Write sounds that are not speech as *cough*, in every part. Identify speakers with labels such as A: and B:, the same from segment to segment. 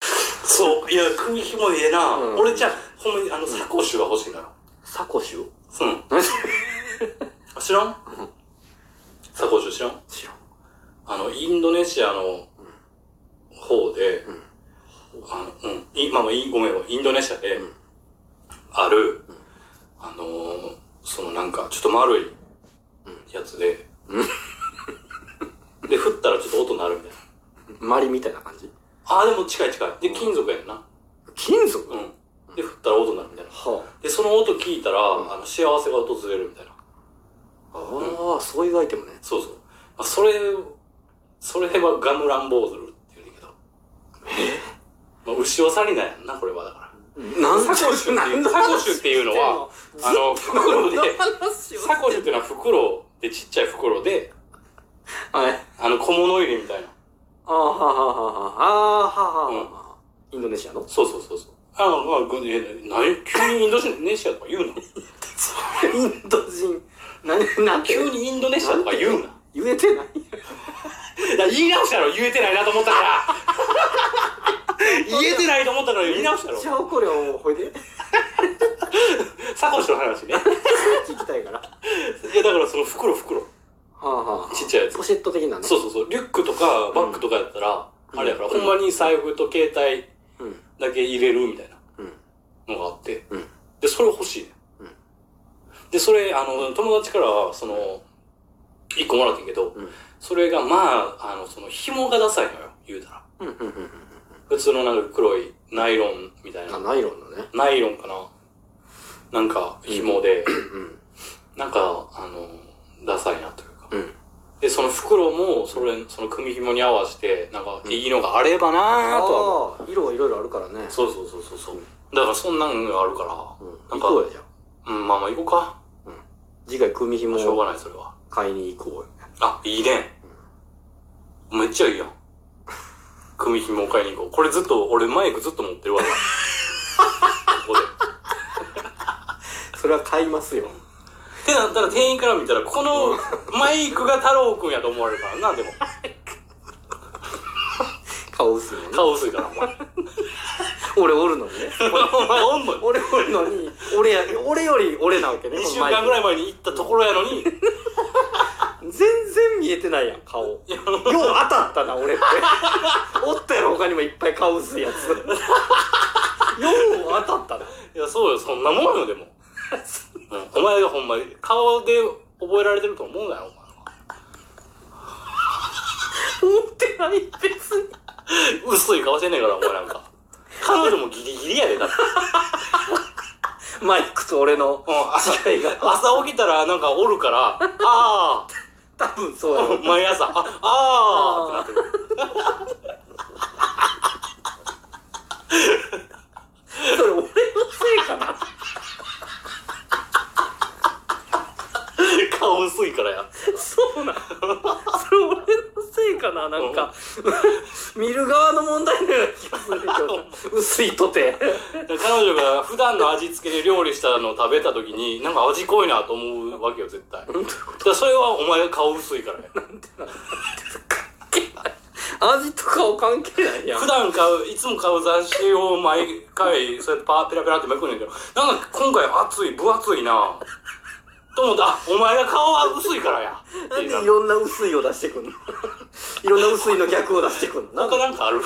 A: そう、いや、首ひもええな。
B: うん
A: 俺じゃあ、ほんまに、あの、サコッシュが欲しいから。
B: サコシュ
A: うん。知らんサコッシュ知らん
B: 知らん。
A: あの、インドネシアの方で、
B: ん
A: あの、うん、いまあまあ、いごめん、インドネシアで、
B: うん
A: ある、あのーそのなんか、ちょっと丸いやつで、で、振ったらちょっと音鳴るみたいな。
B: マリみたいな感じ
A: ああ、でも近い近い。で、金属やんな。
B: 金属
A: う
B: は
A: ん。で、振ったら音鳴るみたいな。
B: あ。
A: で、その音聞いたら、あの、幸せが訪れるみたいな。
B: ああ、そういうアイテムね。
A: そうそう。まあ、それ、それはガムランボーズルって言うねんけど。えまあ、牛尾サリナやんな、これはだから。
B: なん
A: サコシュっていう、サコシュっていうのは、あの、袋で、サコシュっていうのは袋で、ちっちゃい袋で、
B: はい。
A: あの、小物入れみたいな。
B: ああ、はあ、はあ、はあ、はあ、はあ。インドネシアの
A: そうそうそうそう。あの、まあ、ぐえ、何急にインドネシアとか言うな。
B: インド人。何、なんて
A: 急にインドネシアとか言うな。
B: 言えてない
A: いや言い直したろ、言えてないなと思ったから。 *laughs* 言えてないと思ったから言い直したろ
B: じ。ゃあ怒るよ、ほいで。
A: サコシュの話 *laughs* ね。
B: 聞きたいから。はい
A: や、だからその袋、袋。
B: あ、は
A: ちっちゃいやつ
B: ポシェット的なね。
A: そうそうそう、リュックとかバッグとかやったら、あれやから、ほんまに財布と携帯
B: う。うん。
A: だけ入れるみたい
B: うん。
A: なのがあって、
B: うん
A: で、それ欲しいね、
B: うん
A: で、それ、あの、友達から、その、一個もらってんけど、
B: うん
A: それが、まあ、あの、その、紐がダサいのよ、言うたら。
B: うん、うん、うん。
A: 普通のなんか黒いナイロンみたい
B: あ、
A: な。
B: ナイロンのね。
A: ナイロンかななんか、紐で、
B: うん。
A: なんか、あの、ダサいなというか。
B: うん。
A: で、その袋も、それ、その組紐に合わせて、なんか、いいのがあればな
B: あ
A: ぁとは思う。
B: とは、色がいろいろあるからね。
A: そうそうそうそうそう。だからそんなんがあるか
B: うん。
A: な
B: 行
A: んか
B: こうよ、じゃあ。
A: ら、うん、まあまあ行こうか。
B: 次回、組紐
A: しょう
B: を
A: がない、それは。
B: 買いに行こうよ。
A: あ、いいね。めっちゃいいやん。組紐を買いに行こう。これずっと、俺マイクずっと持ってるわ。ここで。
B: それは買いますよ。
A: ってなったら店員から見たら、このマイクが太郎くんやと思われるからな、でも。
B: 顔薄いのね。
A: 顔薄いから、お前。
B: 俺おる
A: *laughs*
B: のにね。
A: お前おんのよ。
B: 俺おるのに、俺や、俺より俺なわけね。
A: 2週
B: このマイ
A: 間
B: ク
A: ぐらい前に行ったところやのに、
B: 全然見えてないやん、顔。よう当たった
A: *laughs*
B: な、俺って。おったやろ、他にもいっぱい顔薄いやつ。よう当たったな。
A: いや、そうよ、そんなもんよ、でも。うんお前がほんま、顔で覚えられてると思うなよ、
B: 思ってない、別に。
A: お前は。薄い顔してんねんから、お前なんか。彼女もギリギリやで、だって。
B: マイクと俺の
A: うん、朝
B: 違いが。
A: 朝起きたら、なんかおるから、あ
B: 多分そうやろ。
A: ー、毎朝、あ、あーってなってる。
B: それ俺のせいかな。
A: 顔薄いからや。
B: そうなん。それ俺のせいかな、なんか。見る側の問題のような気がするけど。薄いとて。
A: 彼女が普段の味付けで料理したのを食べた時に、なんか味濃いなと思うわけよ、絶対。だからそれはお前が顔薄いからや。
B: 味と顔関係ないやん
A: 普。段買う、いつも買う雑誌を毎回、そうやってパーペラペラってめくんねんけど、なんか今回熱い、分厚いなと思った、あ、お前が顔は薄いからや。っ
B: な
A: て
B: ん
A: いう
B: でい
A: な
B: ろんな薄いを出してくんのいろんな薄いの逆を出してくんのなん
A: 他
B: か
A: なんかある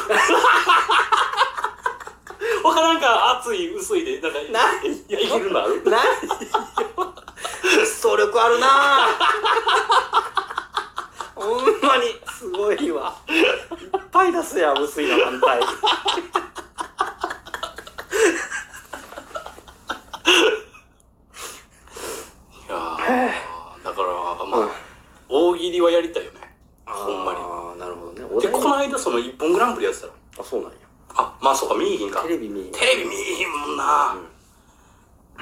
A: 他なんか熱い、薄いで、なんか、
B: ない
A: いやいけるのある
B: ないよスト力あるな *laughs* ぁほんまにすごいわいっぱい出すやん薄いの反対
A: いやーだから、まあ、大喜利はやりたいよね。ほんまに。
B: ああなるほどねお
A: で、
B: 題
A: この間その一本グランプリやってたの。
B: あそうなんや
A: あ、まあそうか、見えひんか。
B: テレビ見
A: テレビ見えへんもんな、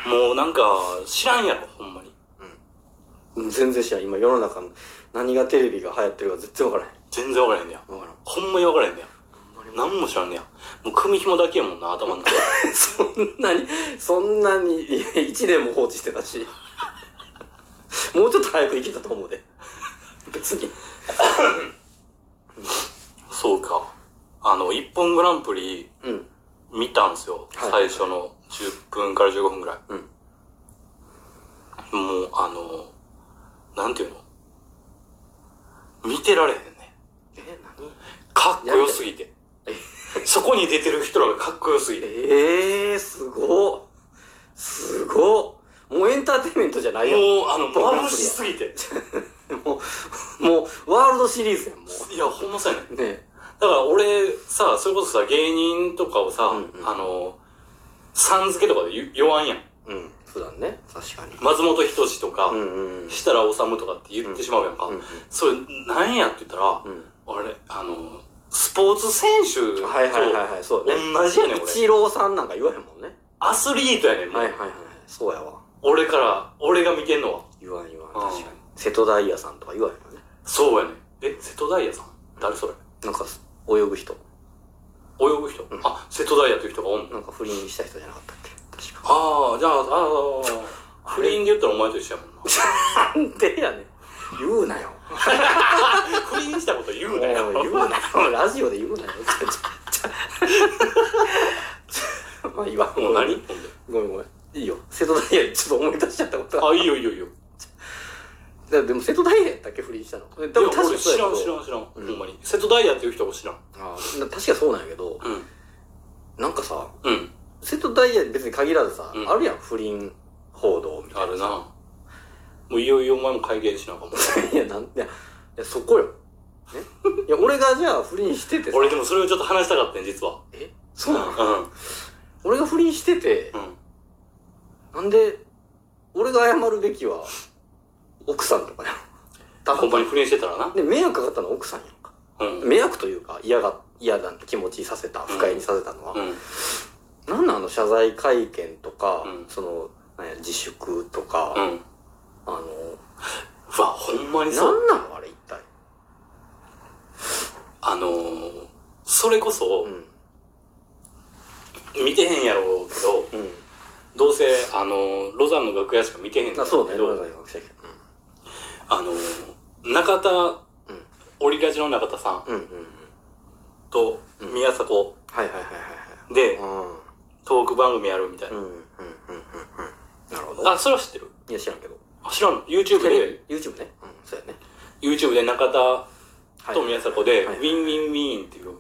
A: もうなんか知らんやろほんまに
B: 全然知らん今世の中の何がテレビが流行ってるか全然わからへん
A: 全然わからへんねや
B: 分からん
A: ほんまにわからへんねや何も知らんねやもう組紐だけやもんな頭の中
B: *laughs* そんなに、そんなに、いや1年も放置してた *laughs* し。もうちょっと早く行けたと思うで。別に。
A: そうかあの「一本グランプリ
B: うん。」
A: 見たんですよ。
B: はい
A: 最初の10分から15分ぐらい。
B: うん
A: もう、あの、なんていうの見てられへんね。
B: え、何
A: かっこよすぎて。そこに出てる人らがかっこよすぎて。
B: ええー、すごっすごっもうエンターテインメントじゃないやん
A: もう、あの、
B: プログラム
A: 眩しすぎて。
B: もう、もう、ワールドシリーズやん、も
A: いや、ほんまそうやね。
B: う。ねえ。
A: だから俺、さ、それこそさ、芸人とかをさ、
B: うんうん
A: あの、さん付けとかで言わんやん。
B: うん、普段ね。確かに。
A: 松本人志とか、
B: うんうん。
A: 設楽治とかって言ってしまうやんか。
B: うんうん
A: それ、なんやって言ったら、
B: うん。
A: 俺、あの、スポーツ選手と
B: はいはいはいはい、そうだね。
A: 同じやねん、
B: イ
A: 俺。
B: チローさんなんか言わへんもんね。
A: アスリートやねん、もう
B: はいはいはい。そうやわ。
A: 俺から、俺が見てんのは。
B: 言わん言わん。
A: うん
B: 確かに。瀬戸大也さんとか言わへんもんね。
A: そうやねん。え、瀬戸大也さん誰それ
B: なんか、泳ぐ人。
A: 泳ぐ人、あ、瀬戸大也という人がおんの、
B: なんか不倫した人じゃなかったっけ確か。
A: ああ、じゃあ、ああ、不倫で言ったらお前と一緒やも
B: *laughs*
A: んな。
B: なんでやねん。言うなよ。
A: 不倫したこと言うなよ。
B: 言うな
A: *laughs*
B: よ。ラジオで言うなよ。ちょちょちょ *laughs* まあいいわ。
A: もう何ほんで
B: ごめんごめん。いいよ。瀬戸大也、ちょっと思い出しちゃったことが
A: あ、いいよいいよいいよ。
B: だでも瀬戸大也やったっけ不倫したの多分
A: でも
B: 確か
A: 俺知らん知
B: そう
A: ら
B: や
A: ん知らん。ほ
B: うん
A: んまに。瀬戸大也っていう人も知らん。
B: けどあーな確かそうなんやけど
A: うん。
B: なんかさ
A: うん。
B: 瀬戸大也に別に限らずさ、
A: うん
B: あるやん不倫報道みた
A: あ
B: いな
A: るな。もういよいよお前も会見しなあかんもん。
B: *laughs* いやなんいやいやそこよ、ね、いや俺がじゃあ不倫しててさ
A: 俺でもそれをちょっと話したかったね、実は。
B: えそうなの
A: うん。
B: 俺が不倫してて
A: うん。
B: なんで俺が謝るべきは奥さんとかやん
A: あ、
B: 多
A: ほんまに
B: 分
A: 不倫してたらな。
B: で迷惑かかったのは奥さんやんか
A: うん。うん。
B: 迷惑というか嫌が嫌な気持ちにさせた不快にさせたのは、なんなんあの謝罪会見とか、
A: うん
B: その、なんや自粛とか、
A: うん。
B: あの、
A: うわ、ほんまにそう。
B: なんなのあれ一体。
A: あのー、それこそ
B: う、ん。
A: 見てへんやろうけど、
B: うん。
A: どうせ、あのー、ロザンの楽屋しか見てへん
B: あそう
A: け
B: ね。
A: ど、あのー、中田、
B: うん
A: オリラジの中田さん
B: うんうんうん。
A: と
B: うん
A: 宮迫
B: はいはいはい
A: で
B: はいはい。
A: トーク番組やるみたい
B: うん。
A: な。
B: うんうんうんうんうん。なるほど。
A: あ、それは知ってる
B: いや知らんけど。
A: あ知らんの ?YouTube で、
B: YouTube ね。うん。そうやね。
A: YouTube で中田
B: は
A: と宮迫で、
B: はい
A: ウィンウィンウィンっていう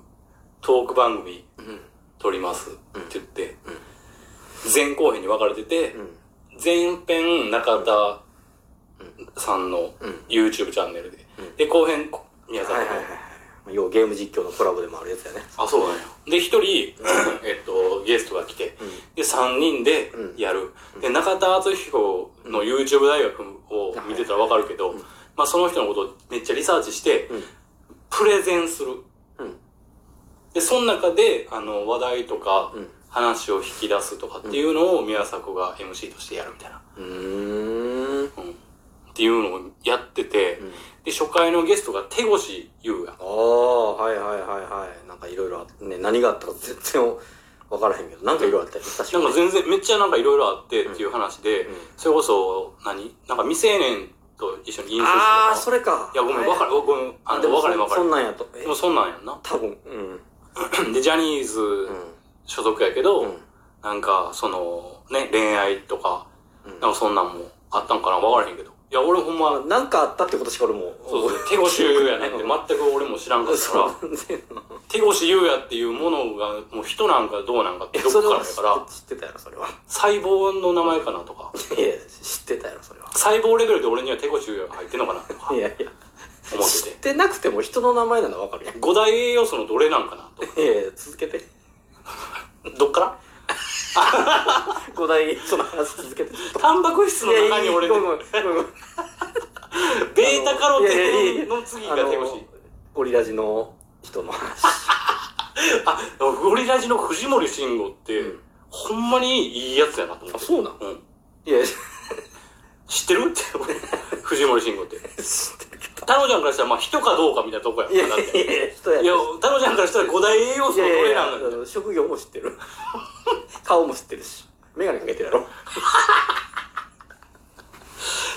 A: トーク番組
B: うん。うん。
A: 撮りますって言って
B: うん、
A: 前後編に分かれてて、前編中田さんの
B: うん。
A: YouTube チャンネルで
B: うん。
A: で、後編、こ宮
B: はい
A: 沢
B: はい
A: さん
B: はいはい。まあ要はゲーム実況のコラボでもあるやつやね。
A: あ、そうなんや。で、一人、 *coughs* えっと、ゲストが来て、
B: う
A: で、三人で
B: うん
A: やる。で、中田敦彦の YouTube 大学を見てたらわかるけど、まあ、その人のことをめっちゃリサーチして、
B: ん。
A: プレゼンする。
B: うん。
A: で、その中で、あの、話題とか
B: う、ん。
A: 話を引き出すとかっていうのを宮迫が MC としてやるみたいな。
B: うん。うん。
A: うん。っていうのをやってて、で、初回のゲストが手越優也。
B: ああ、はいはいはいはい。なんかいろいろあって、ね、何があったか全然わからへんけど、なんかいろいろあったよね。確か
A: なん
B: に。
A: か全然、めっちゃなんかいろいろあってっていう話で、
B: うん
A: それこそ、何なんか未成年と一緒に飲酒して
B: ああ、
A: た
B: それか。
A: いや、ごめん、わか
B: る。
A: る、ごめん、あ
B: で
A: の、
B: も
A: わかるわか
B: そん
A: る。
B: なんやと。え
A: でもそんなんやんな。
B: 多分、うん。
A: で、ジャニーズ所属やけど、
B: うん。うん。
A: なんか、その、ね、恋愛とか、
B: うん
A: なんかそんなんもあったんかなわからへんけど。いや、俺ほんま、
B: なんかあったってことしか俺も。
A: そうそう、手越優也ねって全く俺も知らんかったから、
B: そう *laughs* 全然
A: 手越優也っていうものが、もう人なんかどうなんかってど
B: そ
A: こか
B: れ
A: ら
B: は
A: やから、
B: 知ってたやろ、それは。
A: 細胞の名前かなとか。
B: いや、知ってたやろ、それは。
A: 細胞レベルで俺には手越優也が入ってんのかなとか
B: いやいや。
A: 思って。
B: 知っててなくても人の名前なのわかるやん。
A: 五大栄養素のどれなんかなとか。
B: いやいや、続けて。
A: *laughs* どっから
B: 五代、その話続けて。
A: タンパク質の中に俺
B: いや
A: ね、
B: いやごめんごめんごめん
A: ベータカロ
B: いやいやい
A: テ
B: や
A: ンの次
B: あ
A: が
B: の
A: 手越。
B: ゴリラジの人の話。
A: あ、ゴリラジの藤森慎吾って、
B: うん
A: ほんまにいいやつやなと思って。
B: そうなの
A: うん。
B: いや、
A: 知ってるって、俺藤森慎吾って。
B: 知ってるけ
A: 太郎ちゃんからしたら、まあ、人かどうかみたいなとこやん
B: ど。いや
A: か。だって。
B: いやいや、人や
A: いや、太郎ちゃんからしたら五大栄養素のど
B: いやいや
A: れ
B: いや
A: なんだ
B: *laughs* あの職業も知ってる。顔も知ってるし。メガネかけてるやろ。